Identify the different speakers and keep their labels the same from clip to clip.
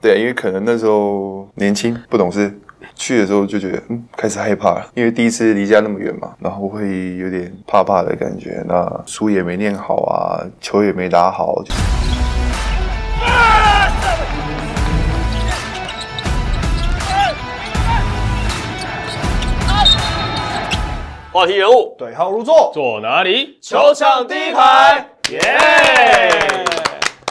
Speaker 1: 对，因为可能那时候年轻不懂事，去的时候就觉得嗯开始害怕了，因为第一次离家那么远嘛，然后会有点怕怕的感觉。那书也没念好啊，球也没打好，就
Speaker 2: 话题人物
Speaker 3: 对号入座。
Speaker 2: 坐哪里？
Speaker 3: 球场第一排，
Speaker 2: 耶！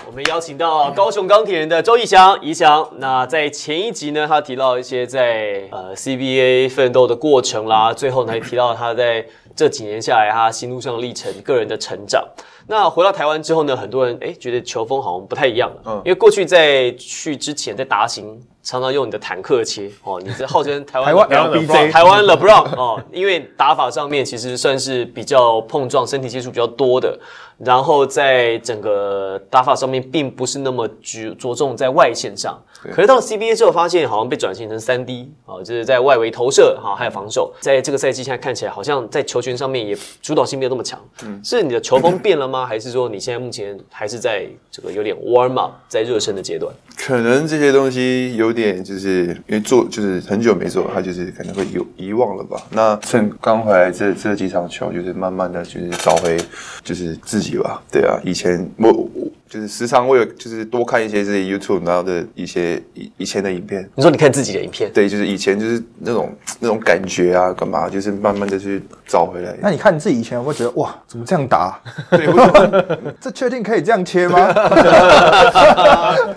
Speaker 2: 我们邀请到高雄钢铁人的周义翔，义翔。那在前一集呢，他提到一些在呃 CBA 奋斗的过程啦，最后呢还提到他在这几年下来他心路上的历程、个人的成长。那回到台湾之后呢，很多人哎觉得球风好像不太一样了，因为过去在去之前在达行常常用你的坦克切哦，你这号称台湾
Speaker 3: 台湾
Speaker 2: 台湾
Speaker 3: LBJ
Speaker 2: 台湾 LeBron 哦，因为打法上面其实算是比较碰撞、身体接触比较多的，然后在整个打法上面并不是那么着着重在外线上。可是到了 CBA 之后，发现好像被转型成三 D 啊，就是在外围投射哈、啊还有防守，在这个赛季现在看起来好像在球权上面也主导性没有那么强。是你的球风变了吗？还是说你现在目前还是在这个有点 warm up 在热身的阶段？
Speaker 1: 可能这些东西有点就是因为做就是很久没做，他就是可能会有遗忘了吧。那趁刚回来这这几场球，就是慢慢的就是找回就是自己吧。对啊，以前我我就是时常会有就是多看一些这些 YouTube 然后的一些以以前的影片，
Speaker 2: 你说你看自己的影片，
Speaker 1: 对，就是以前就是那种那种感觉啊，干嘛，就是慢慢的去找回来。
Speaker 3: 那你看你自己以前有没有觉得哇，怎么这 样打？啊
Speaker 1: 对，我
Speaker 3: 这确定可以这样切吗？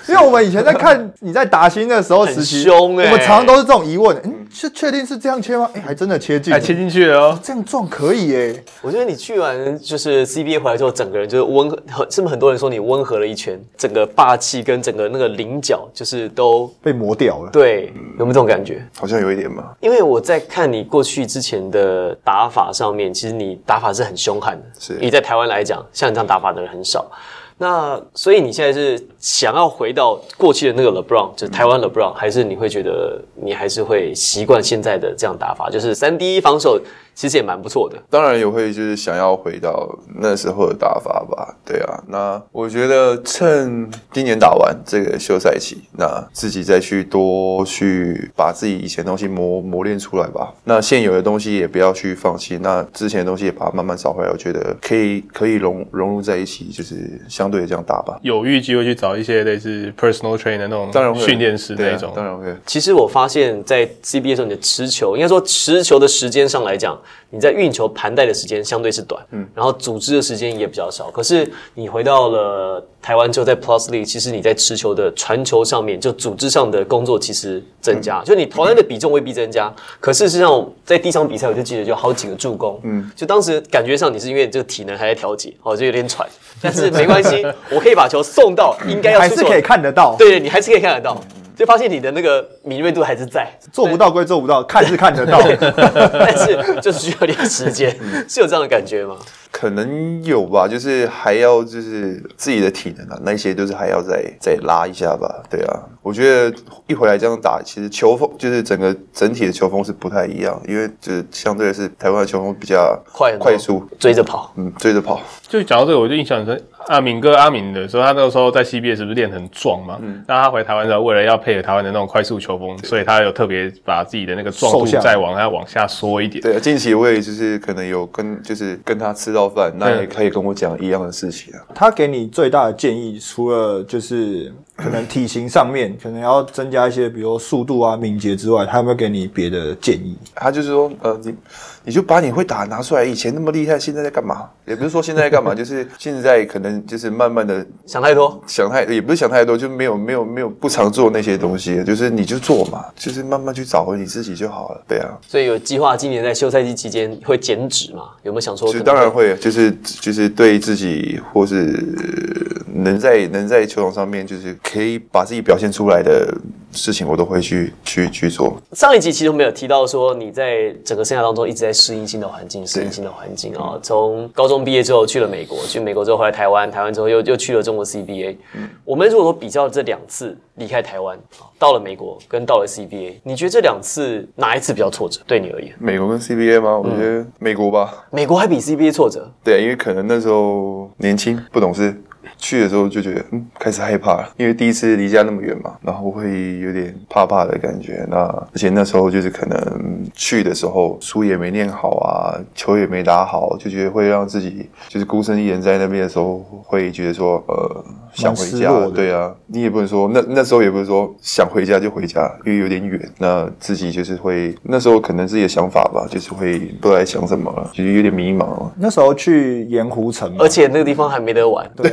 Speaker 3: 因为我们以前在看你在打新的时候时期，
Speaker 2: 很凶欸
Speaker 3: 我们常常都是这种疑问，嗯，是确定是这样切吗？哎，还真的切进，
Speaker 4: 哎，切进去了哦。
Speaker 3: 这样撞可以欸耶，
Speaker 2: 我觉得你去完就是 CBA 回来之后，整个人就是温和，很是不是很多人说你温和了一圈，整个霸气跟整个那个棱角就是都
Speaker 3: 被磨掉了。
Speaker 2: 对，有没有这种感觉？
Speaker 1: 好像有一点吧，
Speaker 2: 因为我在看你过去之前的打法上面，其实你打法是很凶悍的。
Speaker 1: 是
Speaker 2: 你在台湾来讲，像你这样打法的人很少。那所以你现在是想要回到过去的那个 LeBron，就是台湾 LeBron，、还是你会觉得你还是会习惯现在的这样打法？就是三 D 防守其实也蛮不错的。
Speaker 1: 当然也会就是想要回到那时候的打法吧，对啊。那我觉得趁今年打完这个休赛期，那自己再去多去把自己以前的东西磨磨练出来吧。那现有的东西也不要去放弃，那之前的东西也把它慢慢找回来，我觉得可以可以融融入在一起，就是相对的这样打吧。
Speaker 4: 有预计会去找一些类似 personal trainer 那种，
Speaker 1: 当然会
Speaker 4: 训练师
Speaker 1: 对
Speaker 4: 那
Speaker 1: 啊
Speaker 4: 种。
Speaker 1: 当然会。
Speaker 2: 其实我发现，在 CBA 的时候，你的持球，应该说持球的时间上来讲，你在运球盘带的时间相对是短，嗯，然后组织的时间也比较少。可是你回到了台湾之后，在 Plus League，其实你在持球的传球上面，就组织上的工作其实增
Speaker 3: 嗯
Speaker 2: 加，就你投篮的比重未必增加，可是事实上在第一场比赛，我就记得就好几个助攻，嗯，就当时感觉上你是因为这个体能还在调节，哦，就有点喘，但是没关 系，我可以把球送到应该要
Speaker 3: 还
Speaker 2: 出
Speaker 3: 是
Speaker 2: 手
Speaker 3: 可以看得
Speaker 1: 哦
Speaker 3: 到，
Speaker 2: 对，你还是可以看得
Speaker 1: 嗯
Speaker 2: 到，就发现你的那个敏锐度还是 在，
Speaker 3: 做不到归做不到，看是看得 到。
Speaker 2: 但是就是需要点时间，
Speaker 1: 嗯
Speaker 2: 是有这样的感觉吗？
Speaker 1: 可能有吧，就是还要就是自己的体能啊，那些就是还要再再拉一下吧。对啊，我觉得一回来这样打，其实球风就是整个整体的球风是不太一样，因为就是相对的是台湾的球风比较
Speaker 2: 快很多
Speaker 1: 快速，
Speaker 2: 追着跑，
Speaker 1: 嗯，追着跑。
Speaker 4: 就讲到这个，我就印象很深。阿敏哥阿敏的时候，他那个时候在 CBA 是不是练很壮嘛？
Speaker 1: 嗯
Speaker 4: 那他回台湾之后，为了要配合台湾的那种快速球风，所以他有特别把自己的那个壮度
Speaker 3: 瘦下来
Speaker 4: 再往下往下缩一点。
Speaker 1: 对啊，近期我也就是可能有跟就是跟他吃到饭，那也
Speaker 4: 嗯
Speaker 1: 可以跟我讲一样的事情啊。
Speaker 3: 他给你最大的建议，除了就是可能体型上面可能要增加一些，比如说速度啊、敏捷之外，他有没有给你别的建议？
Speaker 1: 他就是说，呃，你你就把你会打拿出来，以前那么厉害，现在在干嘛？也不是说现在在干嘛， 就是现在可能就是慢慢的
Speaker 2: 想太多。
Speaker 1: 想太也不是想太多，就没有没有没有不常做那些东西，就是你就做嘛，就是慢慢去找回你自己就好了。对啊，
Speaker 2: 所以有计划今年在休赛季期间会减脂嘛？有没有想说可
Speaker 1: 就
Speaker 2: 能？
Speaker 1: 当然会，就是就是对自己或是能在能在球场上面，就是可以把自己表现出来的事情，我都会去去去做。
Speaker 2: 上一集其实我们有提到说，你在整个生涯当中一直在适应新的环境，适应新的环境啊。从高中毕业之后去了美国，去美国之后回来台湾，台湾之后又又去了中国 CBA。我们如果说比较这两次离开台湾，啊到了美国跟到了 CBA，你觉得这两次哪一次比较挫折？对你而言，
Speaker 1: 美国跟 CBA 吗？我觉得美国吧，啊
Speaker 2: 美国还比 CBA 挫折？
Speaker 1: 对，因为可能那时候年轻不懂事，去的时候就觉得，嗯，开始害怕了，因为第一次离家那么远嘛，然后会有点怕怕的感觉。那而且那时候就是可能去的时候书也没念好啊，球也没打好，就觉得会让自己就是孤身一人在那边的时候，会觉得说，呃，想回
Speaker 3: 失
Speaker 1: 家
Speaker 3: 落的，
Speaker 1: 对啊，你也不能说那那时候也不是说想回家就回家，因为有点远，那自己就是会那时候可能自己的想法吧，就是会不知道在想什么了，就是有点迷茫了。
Speaker 3: 那时候去盐湖城嘛，
Speaker 2: 而且那个地方还没得玩。 对，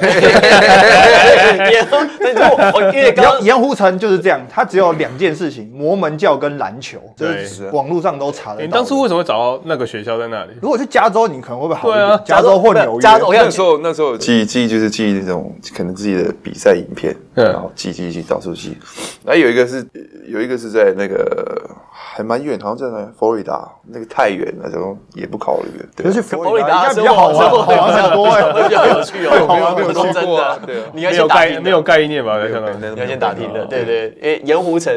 Speaker 2: 对，就我我因为刚刚
Speaker 3: 盐盐湖城就是这样，它只有两件事情：摩门教跟篮球，这是
Speaker 1: 对
Speaker 3: 网络上都查得到的。
Speaker 4: 你当初为什么会找到那个学校在那里？
Speaker 3: 如果去加州，你可能会不会好一
Speaker 4: 对啊
Speaker 3: 点？加州或纽约，
Speaker 2: 加州我
Speaker 1: 那
Speaker 2: 想
Speaker 1: 时候那时候有记忆记忆就是记忆那种可能自己的比赛影片，
Speaker 4: 嗯
Speaker 1: 然后记记记到处记。然后有一个是有一个是在那个还蛮远，好像在哪佛罗里达那个太远了，然后也不考虑。对
Speaker 3: 可
Speaker 1: 啊，
Speaker 3: 是去
Speaker 2: 佛罗里
Speaker 3: 应
Speaker 2: 达
Speaker 3: 该比较好玩，好玩很多 哎。
Speaker 2: 比较有趣哦，
Speaker 1: 好玩
Speaker 2: 没有
Speaker 1: 没有
Speaker 2: 说
Speaker 1: 去
Speaker 2: 真
Speaker 1: 过啊
Speaker 2: 的
Speaker 1: 对啊，
Speaker 2: 你要
Speaker 4: 没
Speaker 2: 先
Speaker 4: 有
Speaker 2: 打
Speaker 4: 概
Speaker 2: 听
Speaker 4: 没有概念吧？在香港。
Speaker 2: 你要先打听的，对对，因为盐湖城，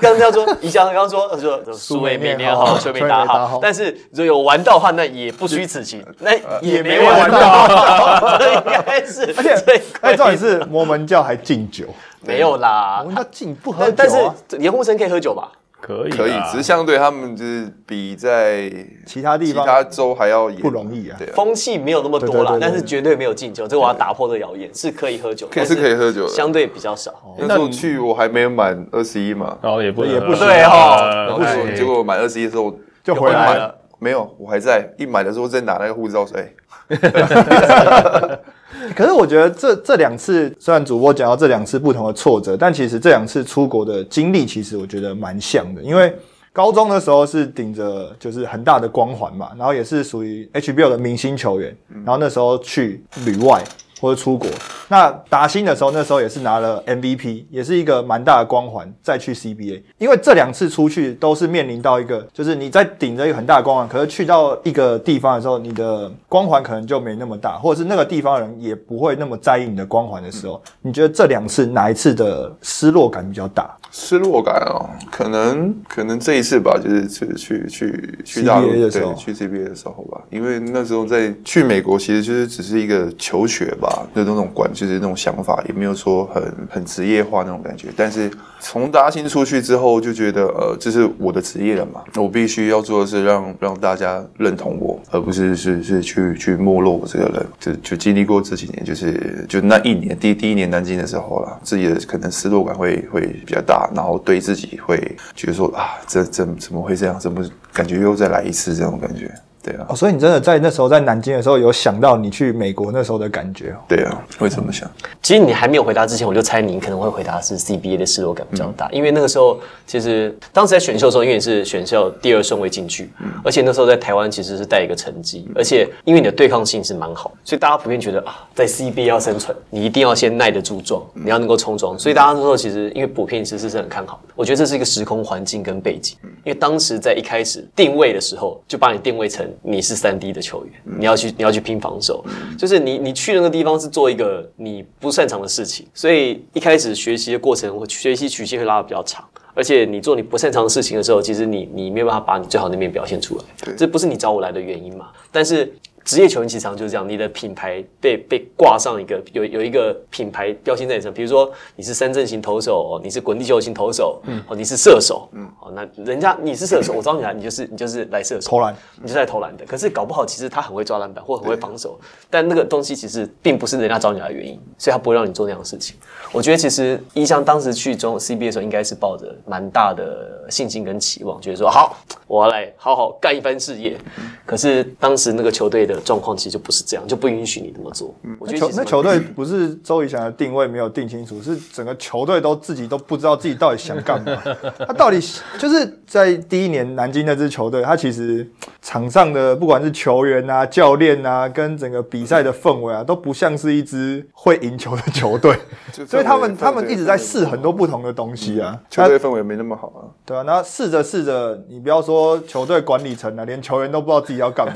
Speaker 2: 刚刚要说，宜祥刚刚说 说苏梅没念好，水没打好，但是如果有玩到的话，那也不虚此行，
Speaker 3: 呃
Speaker 2: 那也没玩到， 这应该是
Speaker 3: 而且
Speaker 2: 最，
Speaker 3: 哎，重
Speaker 2: 贵
Speaker 3: 点是摩门教还禁酒，
Speaker 2: 没有啦
Speaker 3: 摩。门教禁不
Speaker 2: 但
Speaker 3: 喝酒
Speaker 2: 但是
Speaker 3: 啊，
Speaker 2: 盐湖城可以喝酒吧？
Speaker 4: 可以
Speaker 1: 可以，啊只是相对他们就是比在
Speaker 3: 其他地
Speaker 1: 其
Speaker 3: 方
Speaker 1: 他州还要严
Speaker 3: 不容易啊
Speaker 1: 对啊，
Speaker 2: 风气没有那么多
Speaker 3: 对对
Speaker 2: 啦
Speaker 3: 对，对
Speaker 2: 但是绝对没有禁酒，这个我要打破这个谣言，是可以喝酒，
Speaker 1: 可以是可以喝酒的
Speaker 2: 相对比较
Speaker 3: 哦
Speaker 2: 少。
Speaker 1: 那时候去我还没有满二十一嘛，
Speaker 4: 哦，也不
Speaker 3: 也不
Speaker 4: 行
Speaker 2: 对哦
Speaker 4: 呃
Speaker 1: 啊然后
Speaker 4: 哎
Speaker 1: 结果满二十一的时候
Speaker 3: 就回来了。
Speaker 1: 没有，我还在一买的时候在拿那个护照，哎，
Speaker 3: 可是我觉得这这两次，虽然主播讲到这两次不同的挫折，但其实这两次出国的经历，其实我觉得蛮像的。因为高中的时候是顶着就是很大的光环嘛，然后也是属于 HBO 的明星球员，然后那时候去旅外或者出国。那打新的时候，那时候也是拿了 MVP，也是一个蛮大的光环，再去 CBA。因为这两次出去都是面临到一个，就是你在顶着一个很大的光环，可是去到一个地方的时候，你的光环可能就没那么大，或者是那个地方人也不会那么在意你的光环的时候，你觉得这两次哪一次的失落感比较大？
Speaker 1: 失落感哦，可能可能这一次吧，就是去去去去大陆
Speaker 3: CBA 的时候
Speaker 1: 对，去 CBA 的时候吧，因为那时候在去美国，其实就是只是一个求学吧，就那种管，就是那种想法，也没有说很很职业化那种感觉。但是从达兴出去之后，就觉得呃，这是我的职业了嘛，我必须要做的是让让大家认同我，而不是是是去去没落我这个人。就就经历过这几年，就是就那一年第第一年南京的时候啦，自己的可能失落感会会比较大，然后对自己会觉得说啊，这怎怎么会这样？怎么感觉又再来一次这种感觉？对啊
Speaker 3: 哦，，所以你真的在那时候在南京的时候，有想到你去美国那时候的感觉哦。
Speaker 1: 对啊，会这么想。
Speaker 2: 其实你还没有回答之前，我就猜你可能会回答是 CBA 的失落感比较大，因为那个时候其实当时在选秀的时候，因为你是选秀第二顺位进去，而且那时候在台湾其实是带一个成绩，而且因为你的对抗性是蛮好，所以大家普遍觉得啊，在 CBA 要生存，你一定要先耐得住撞，你要能够冲撞，所以大家那时候其实因为普遍其实是很看好的，我觉得这是一个时空环境跟背景，因为当时在一开始定位的时候，就把你定位成你是三 D 的球员，你要去你要去拼防守，就是你你去那个地方是做一个你不擅长的事情，所以一开始学习的过程，我学习曲线会拉的比较长。而且你做你不擅长的事情的时候，其实你你没有办法把你最好的那面表现出来
Speaker 1: 对，
Speaker 2: 这不是你找我来的原因嘛？但是职业球员其实常常就是这样，你的品牌被被挂上一个有有一个品牌标签在你身上，比如说你是三振型投手，哦你是滚地球型投手，哦你是射手，
Speaker 3: 嗯
Speaker 2: 哦那人家你是射手，我找你来，你就是你就是来射手
Speaker 3: 投篮，
Speaker 2: 你就是来投篮的。可是搞不好其实他很会抓篮板或很会防守，但那个东西其实并不是人家找你来的原因，所以他不会让你做那样的事情。我觉得其实一翔当时去中 CBA 的时候，应该是抱着蛮大的信心跟期望，觉得说好，我要来好好干一番事业。
Speaker 3: 嗯
Speaker 2: 可是当时那个球队的状况其实就不是这样，就不允许你这么做。我觉
Speaker 3: 嗯那
Speaker 2: 得
Speaker 3: 球
Speaker 2: 其实
Speaker 3: 那
Speaker 2: 蛮
Speaker 3: 球队不是周以翔的定位没有定清楚，是整个球队都自己都不知道自己到底想干嘛。他到底就是在第一年南京那支球队，他其实场上的不管是球员啊、教练啊，跟整个比赛的氛围啊，都不像是一支会赢球的球队，
Speaker 1: 就
Speaker 3: 所以他们
Speaker 1: 氛围
Speaker 3: 他们一直在试
Speaker 1: 氛围
Speaker 3: 很多不同的东西啊。
Speaker 1: 球
Speaker 3: 他
Speaker 1: 队氛围没那么好啊。
Speaker 3: 对啊，那试着试着，你不要说球队管理层啊，连球员都不知道自己要干嘛。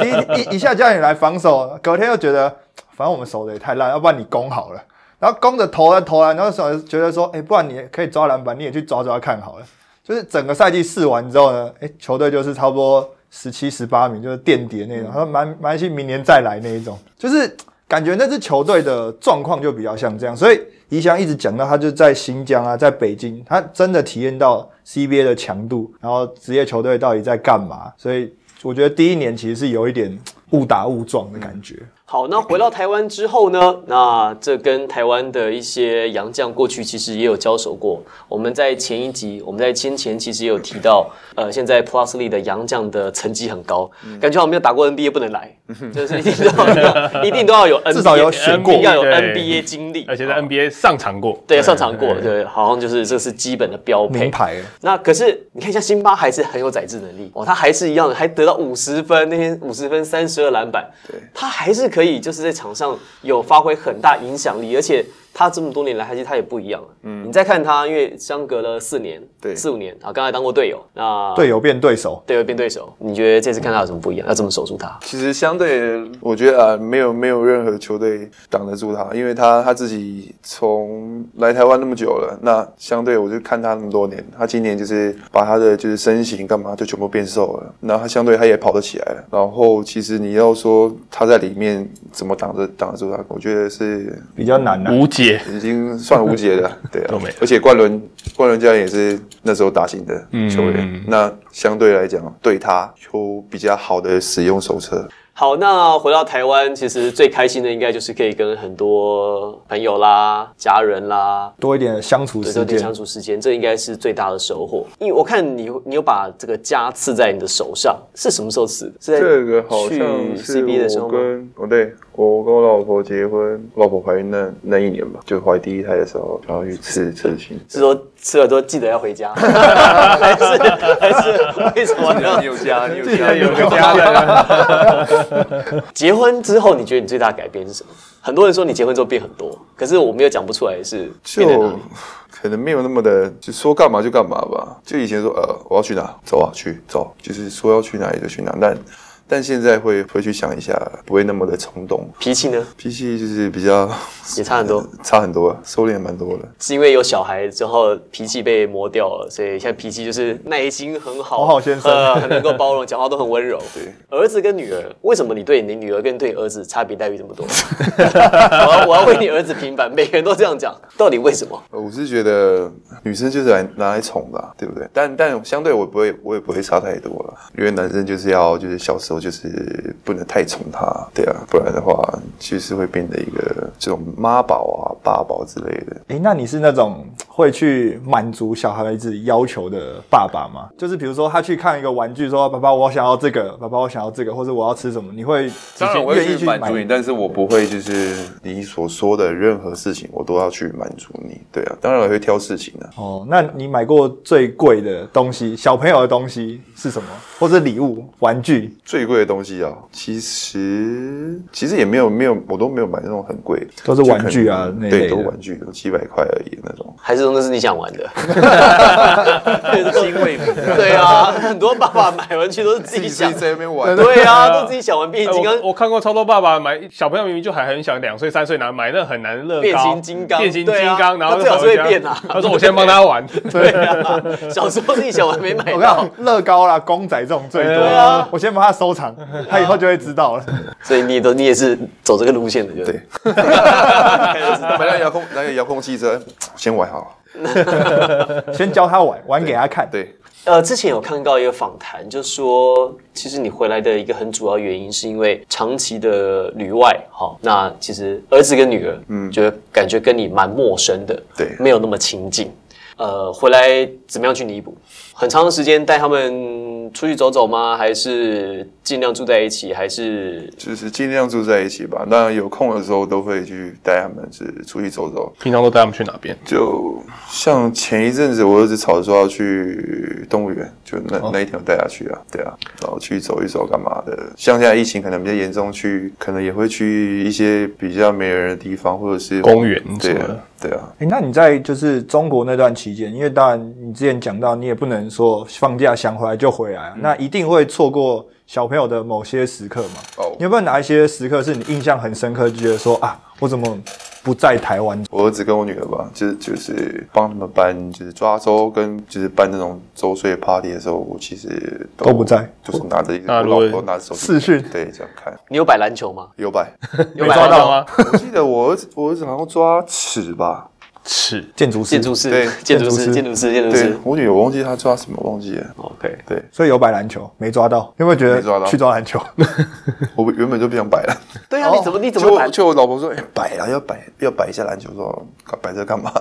Speaker 3: 第一一一下叫你来防守，隔天又觉得反正我们守的也太烂，要不然你攻好了。然后攻着投篮投篮，然后手觉得说，哎、不然你可以抓篮板，你也去抓抓看好了。就是整个赛季试完之后呢，哎、球队就是差不多十七、十八名，就是垫底的那种，他说蛮蛮系明年再来那一种，就是感觉那支球队的状况就比较像这样，所以怡翔一直讲到他就在新疆啊，在北京，他真的体验到 CBA 的强度，然后职业球队到底在干嘛，所以我觉得第一年其实是有一点误打误撞的感觉。
Speaker 2: 好，那回到台湾之后 呢？那这跟台湾的一些洋将过去其实也有交手过。我们在前一集，我们在先前其实也有提到，呃，现在 Plus l e 的洋将的成绩很高，
Speaker 3: 嗯
Speaker 2: 感觉好像没有打过 NBA 不能来，就是一定都 要一定都要有 NBA，
Speaker 3: 至少有选过
Speaker 2: 一定要有
Speaker 4: 对
Speaker 2: NBA 经历，
Speaker 4: 而且在 NBA 上场过，哎
Speaker 2: 对上场过，对，好像就是这是基本的标配。
Speaker 3: 名牌，
Speaker 2: 那可是你看，像辛巴还是很有宰制能力哦，他还是一样，还得到五十分，那天五十分三十二篮板，
Speaker 1: 对
Speaker 2: 他还是可以就是在场上有发挥很大影响力，而且他这么多年来，还是他也不一样了。嗯，你再看他，因为相隔了四年，
Speaker 1: 对
Speaker 2: 四五年啊，刚才当过队友，那
Speaker 3: 队友变对手，
Speaker 2: 队友变对手，你觉得这次看他有什么不一样？要怎么守住他？
Speaker 1: 其实相对，我觉得啊，没有没有任何球队挡得住他，因为他他自己从来台湾那么久了，那相对我就看他那么多年，他今年就是把他的就是身形干嘛就全部变瘦了，那他相对他也跑得起来了。然后其实你要说他在里面怎么挡着挡得住他，我觉得是
Speaker 3: 比较难啊。
Speaker 4: 无解。
Speaker 1: 已经算无解了，对啊
Speaker 4: 嗯都没了，
Speaker 1: 而且冠伦冠伦教练也是那时候打型的球员，
Speaker 4: 嗯
Speaker 1: 那相对来讲对他有比较好的使用手册，
Speaker 2: 好，那回到台湾，其实最开心的应该就是可以跟很多朋友啦、家人啦，
Speaker 3: 多一点的相处
Speaker 2: 对，
Speaker 3: 时
Speaker 2: 多点
Speaker 3: 间
Speaker 2: 相，处时间，这应该是最大的收获。因为我看你，你有把这个家刺在你的手上，是什么时候刺的？是在
Speaker 1: 这个好
Speaker 2: 去
Speaker 1: 像是
Speaker 2: CB 的时候
Speaker 1: 我
Speaker 2: 吗？
Speaker 1: 跟哦，对我跟我老婆结婚，老婆怀孕那那一年吧，就怀第一胎的时候，然后去刺刺青。
Speaker 2: 是说吃了都记得要 回家，还是还是为什么呢？
Speaker 1: 有家，你有
Speaker 4: 那有个家
Speaker 1: 啊
Speaker 4: 人，
Speaker 2: 结婚之后，你觉得你最大的改变是什么？很多人说你结婚之后变很多，可是我们又讲不出来是变在哪
Speaker 1: 就
Speaker 2: 里。
Speaker 1: 可能没有那么的，就说干嘛就干嘛吧。就以前说，呃，我要去哪，走啊，去走，就是说要去哪里就去哪。但但现在会会去想一下，不会那么的冲动，
Speaker 2: 脾气呢
Speaker 1: 脾气就是比较
Speaker 2: 也差很多，
Speaker 1: 差很多，收敛蛮多的。
Speaker 2: 是因为有小孩之后脾气被磨掉了，所以现在脾气就是耐心很好，
Speaker 3: 好好先生
Speaker 2: 呃，很能够包容，讲话都很温柔。
Speaker 1: 对，
Speaker 2: 儿子跟女儿，为什么你对你女儿跟对儿子差别待遇这么多？我要我要为你儿子平反，每个人都这样讲，到底为什么？
Speaker 1: 呃我是觉得女生就是来拿来宠的啊、对不对？但但相对我不会，我也不会差太多了，因为男生就是要就是小时候就是不能太宠她，对啊，不然的话其实会变得一个这种妈宝啊、爸宝之类的。
Speaker 3: 诶，那你是那种会去满足小孩子要求的爸爸吗？就是比如说他去看一个玩具，说“爸爸，我想要这个”，“爸爸，我想要这个”，或者“我要吃什么”，你会直接愿意去买？
Speaker 1: 但是我不会就是你所说的任何事情，我都要去满足你，对啊，当然我会挑事情啊。
Speaker 3: 哦，那你买过最贵的东西，小朋友的东西是什么？或者礼物、玩具？
Speaker 1: 最贵的东西啊，其实其实也没有没有，我都没有买那种很贵的，
Speaker 3: 都是玩具啊
Speaker 1: 就可能
Speaker 3: 那一类
Speaker 1: 对，
Speaker 3: 的
Speaker 1: 都玩具，都几百块而已那种。
Speaker 2: 还是说那是你想玩的？这是因为 对啊，很多爸爸买玩具都是自己想，
Speaker 1: 在那边玩
Speaker 2: 对啊，都自己想玩变形金刚
Speaker 4: 哎我。我看过超多爸爸买小朋友明明就还很小，两岁三岁拿买那很难的乐高
Speaker 2: 变形金刚
Speaker 4: 变形金
Speaker 2: 对啊
Speaker 4: 刚，然后
Speaker 2: 他最好是会变啊
Speaker 4: 他说我先帮他玩，
Speaker 2: 对啊，小时候自己想玩没买
Speaker 3: 我跟你
Speaker 2: 到
Speaker 3: 讲，，乐高啦、公仔这种最多。
Speaker 2: 对啊
Speaker 3: 我先把它收藏，他以后就会知 道了。
Speaker 2: 所以你也都你也是走这个路线的，就是
Speaker 1: 对。买辆遥控，那个遥控汽车，先玩好。
Speaker 3: 先教他玩，玩给他看。
Speaker 1: 对，
Speaker 2: 呃，之前有看到一个访谈，就说其实你回来的一个很主要原因是因为长期的旅外，哈、那其实儿子跟女儿，嗯，觉得感觉跟你蛮陌生的，
Speaker 1: 对
Speaker 2: 没有那么亲近。呃，回来怎么样去弥补？很长的时间带他们出去走走吗？还是尽量住在一起？还是
Speaker 1: 就是尽量住在一起吧。那有空的时候都会去带他们，就是出去走走。
Speaker 4: 平常都带他们去哪边？
Speaker 1: 就像前一阵子，我儿子吵着说要去动物园，就那、
Speaker 4: 哦
Speaker 1: 那一天我带他去啊，对啊，然后去走一走干嘛的。像现在疫情可能比较严重去，可能也会去一些比较没人的地方，或者是
Speaker 4: 公园什
Speaker 1: 对
Speaker 4: 么
Speaker 1: 啊
Speaker 4: 的，，
Speaker 1: 对啊，
Speaker 3: 哎、那你在就是中国那段期间，因为当然你之前讲到，你也不能说放假想回来就回来啊，
Speaker 1: 嗯
Speaker 3: 那一定会错过小朋友的某些时刻嘛。
Speaker 1: 哦
Speaker 3: 你有没有哪一些时刻是你印象很深刻，就觉得说啊，我怎么不在台湾。
Speaker 1: 我儿子跟我女儿吧，就是就是帮他们办，就是抓周跟就是办那种周岁 party 的时候，我其实都
Speaker 3: 都不在
Speaker 1: 就是拿着一个
Speaker 4: 那
Speaker 1: 我
Speaker 4: 如果
Speaker 1: 老婆拿着手机
Speaker 3: 视讯
Speaker 1: 对，这样看
Speaker 2: 你有摆篮球吗？
Speaker 1: 有摆。
Speaker 2: 有
Speaker 4: 没
Speaker 2: 摆
Speaker 4: 抓
Speaker 2: 篮球
Speaker 4: 到
Speaker 2: 吗？
Speaker 4: 吗？
Speaker 1: 我记得我儿子我儿子好像抓尺吧，
Speaker 4: 尺
Speaker 3: 建筑师，
Speaker 2: 建筑师
Speaker 1: 对，
Speaker 2: 建筑
Speaker 3: 建筑
Speaker 2: 师，
Speaker 3: 师
Speaker 2: 建筑师，建筑
Speaker 1: 对
Speaker 2: 师。
Speaker 1: 我女儿我忘记她抓什么，忘记了。
Speaker 2: OK，
Speaker 1: 对
Speaker 3: 所以有摆篮球没抓到，有没有觉
Speaker 1: 没抓
Speaker 3: 得
Speaker 1: 到
Speaker 3: 去抓篮球？
Speaker 1: 我原本就不想摆了，
Speaker 2: 对啊，你怎么 你怎么
Speaker 1: 就
Speaker 2: 摆？
Speaker 1: 就我老婆说，哎、摆了要摆要摆一下篮球，说摆这干嘛？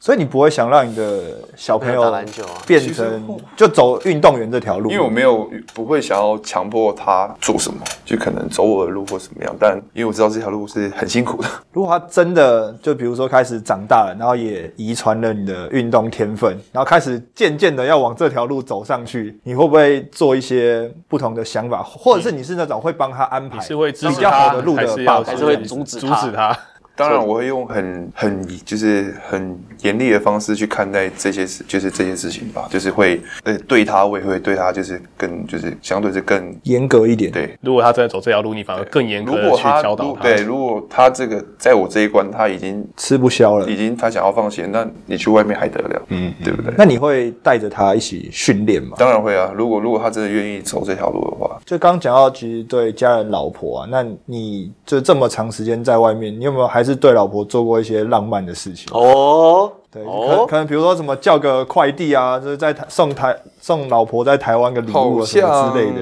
Speaker 3: 所以你不会想让你的小朋
Speaker 2: 打
Speaker 3: 友
Speaker 2: 篮球啊
Speaker 3: 变
Speaker 1: 其实
Speaker 3: 成就走运动员这条路？
Speaker 1: 因为我没有不会想要强迫他做什么，就可能走我的路或什么样，但因为我知道这条路是很辛苦的。
Speaker 3: 如果他真的就比如说开始长大了，然后也遗传了你的运动天分，然后开始渐渐的要往这条路走上去，你会不会做一些不同的想法，或者是你是那种会帮他安排？
Speaker 4: 你是会支
Speaker 3: 比
Speaker 4: 持
Speaker 3: 较
Speaker 4: 他，
Speaker 3: 好的路
Speaker 4: 还
Speaker 3: 的
Speaker 4: 是
Speaker 3: 爸
Speaker 4: 要
Speaker 3: 爸
Speaker 2: 还是会阻止
Speaker 4: 阻
Speaker 2: 他
Speaker 4: 止他？
Speaker 1: 当然，我会用很很就是很严厉的方式去看待这些事，就是这件事情吧，就是会呃对他，我也会对他就是更就是相对是更
Speaker 3: 严格一点，
Speaker 1: 对
Speaker 4: 如果他真的走这条路，你反而更严
Speaker 1: 如
Speaker 4: 格的
Speaker 1: 果
Speaker 4: 去
Speaker 1: 他
Speaker 4: 教导
Speaker 1: 如
Speaker 4: 他。
Speaker 1: 对，如果他这个在我这一关他已经
Speaker 3: 吃不消了
Speaker 1: 已。经他想要放弃，那你去外面还得了？嗯，对不对？
Speaker 3: 那你会带着他一起训练吗？
Speaker 1: 当然会啊，如果如果他真的愿意走这条路的话，
Speaker 3: 就刚刚讲到，其实对家人、老婆啊，那你就这么长时间在外面，你有没有还是对老婆做过一些浪漫的事情？
Speaker 2: 哦，
Speaker 3: 对，可
Speaker 2: 哦
Speaker 3: 可能比如说什么叫个快递啊，就是在台送台送老婆在台湾个礼物啊什么之类的，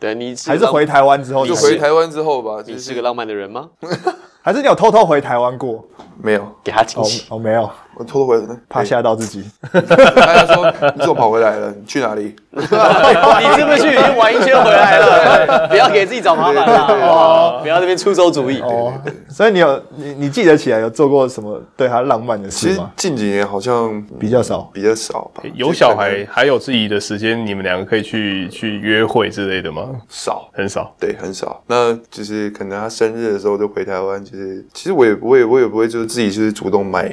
Speaker 2: 对你
Speaker 3: 还是
Speaker 2: 个浪
Speaker 3: 回台湾之后
Speaker 1: 就
Speaker 3: 才
Speaker 1: 回台湾之后吧，
Speaker 2: 你
Speaker 1: 就是
Speaker 2: 个浪漫的人吗？
Speaker 3: 还是你有偷偷回台湾过？
Speaker 1: 没有，
Speaker 2: 给他惊
Speaker 3: 哦
Speaker 2: 喜。
Speaker 3: 哦，没有，
Speaker 1: 我偷偷回来的，
Speaker 3: 怕吓 到自己。
Speaker 1: 大家说 你怎么跑回来了？你去哪里？
Speaker 2: 哦 你是不是去已经玩一圈回来了？不要给自己找麻烦啦！哦，不要这边出馊主意。
Speaker 3: 哦，所以你有你你记得起来有做过什么对他浪漫的
Speaker 1: 其
Speaker 3: 事
Speaker 1: 实
Speaker 3: 吗？
Speaker 1: 近几年好像
Speaker 3: 比较少。
Speaker 1: 比较少吧，
Speaker 4: 有小孩还有自己的时间，你们两个可以去去约会之类的吗？
Speaker 1: 少。
Speaker 4: 很少。
Speaker 1: 对，很少。那就是可能他生日的时候就回台湾，就是其实我也我也我也不会就是自己就是主动买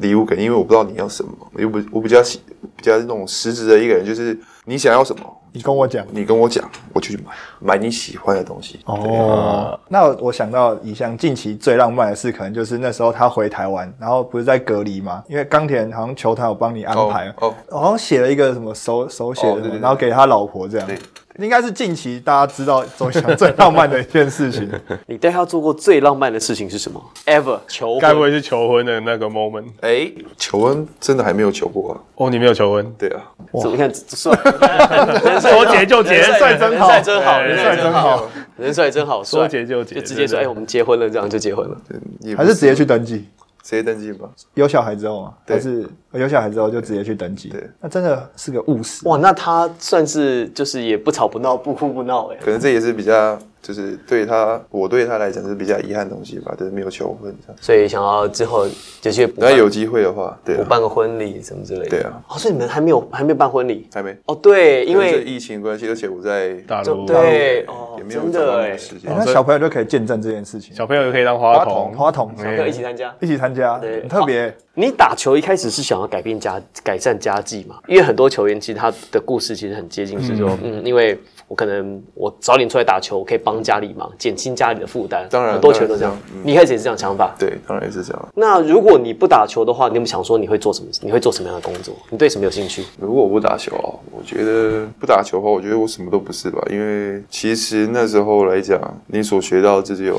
Speaker 1: 礼物给你，因为我不知道你要什么，我又不我比较喜比较那种实质的一个人，就是你想要什么，
Speaker 3: 你跟我讲
Speaker 1: 你跟我讲，我就去买买你喜欢的东西。
Speaker 3: 哦，那我想到以翔近期最浪漫的事，可能就是那时候他回台湾，然后不是在隔离吗？因为冈田好像球团有帮你安排，
Speaker 1: 哦
Speaker 3: 好像写了一个什么手手写
Speaker 1: 哦对
Speaker 3: 的
Speaker 1: 对
Speaker 3: 什么，
Speaker 1: 对
Speaker 3: 然后给他老婆这样
Speaker 1: 对。
Speaker 3: 应该是近期大家知道周翔最浪漫的一件 事情，
Speaker 2: 你对他做过最浪漫的事情是什么？Ever 求
Speaker 4: 该不
Speaker 2: 婚？
Speaker 4: 会是求婚的那个 moment？
Speaker 1: 哎、求婚真的还没有求过啊？
Speaker 4: 哦，你没有求婚，
Speaker 1: 对啊，
Speaker 2: 怎么 看？算
Speaker 4: 说结就结，
Speaker 2: 人
Speaker 4: 帅
Speaker 2: 帅
Speaker 4: 真
Speaker 2: 真
Speaker 4: 好，
Speaker 2: 好，人帅真好，哎
Speaker 4: 对
Speaker 2: 人帅真好，人帅真好，帅
Speaker 4: 说结就结
Speaker 2: 就直接说，
Speaker 4: 真的
Speaker 2: 哎，我们结婚了，这样就结婚了。
Speaker 1: 对也不
Speaker 3: 还是直接去登记？
Speaker 1: 直接登记吧？
Speaker 3: 有小孩之后嘛，
Speaker 1: 对
Speaker 3: 还是有小孩之后就直接去登记？
Speaker 1: 对，
Speaker 3: 那真的是个务实。
Speaker 2: 哇，那他算是就是也不吵不闹，不哭不闹，哎，
Speaker 1: 可能这也是比较就是对他，我对他来讲是比较遗憾的东西吧，就是没有求婚这样。
Speaker 2: 所以想要之后就去补
Speaker 1: 那
Speaker 2: 办
Speaker 1: 有机会的话，对
Speaker 2: 补
Speaker 1: 啊，
Speaker 2: 办个婚礼什么之类的。
Speaker 1: 对啊。
Speaker 2: 哦，所以你们还没有还没有办婚礼？
Speaker 1: 还没。
Speaker 2: 哦，对，因
Speaker 1: 可能
Speaker 2: 为
Speaker 1: 是疫情关系，而且我在
Speaker 4: 大
Speaker 2: 就
Speaker 4: 陆
Speaker 2: 对哦，
Speaker 1: 也没有
Speaker 2: 真
Speaker 1: 找到
Speaker 2: 的
Speaker 1: 那
Speaker 2: 哎
Speaker 1: 个，时
Speaker 3: 哎
Speaker 1: 间。
Speaker 3: 那小朋友就可以见证这件事情，
Speaker 4: 小朋友也可以当花
Speaker 1: 童
Speaker 4: 童，
Speaker 3: 花童
Speaker 2: 要一起参加。
Speaker 3: 一起参加，
Speaker 2: 对
Speaker 3: 很特别。
Speaker 2: 你打球一开始是想要改变家改善家计嘛？因为很多球员其实他的故事其实很接近，是说，嗯因为我可能我早点出来打球，我可以帮家里忙，减轻家里的负担。
Speaker 1: 当然
Speaker 2: 很多球员都这
Speaker 1: 当
Speaker 2: 样
Speaker 1: 然是这。样嗯
Speaker 2: 你一开始也是这样想法。
Speaker 1: 对，当然也是这样。
Speaker 2: 那如果你不打球的话，你有没有想说你会做什么？你会做什么样的工作？你对什么有兴趣？
Speaker 1: 如果我不打球啊，我觉得不打球的话，我觉得我什么都不是吧。因为其实那时候来讲，你所学到就是有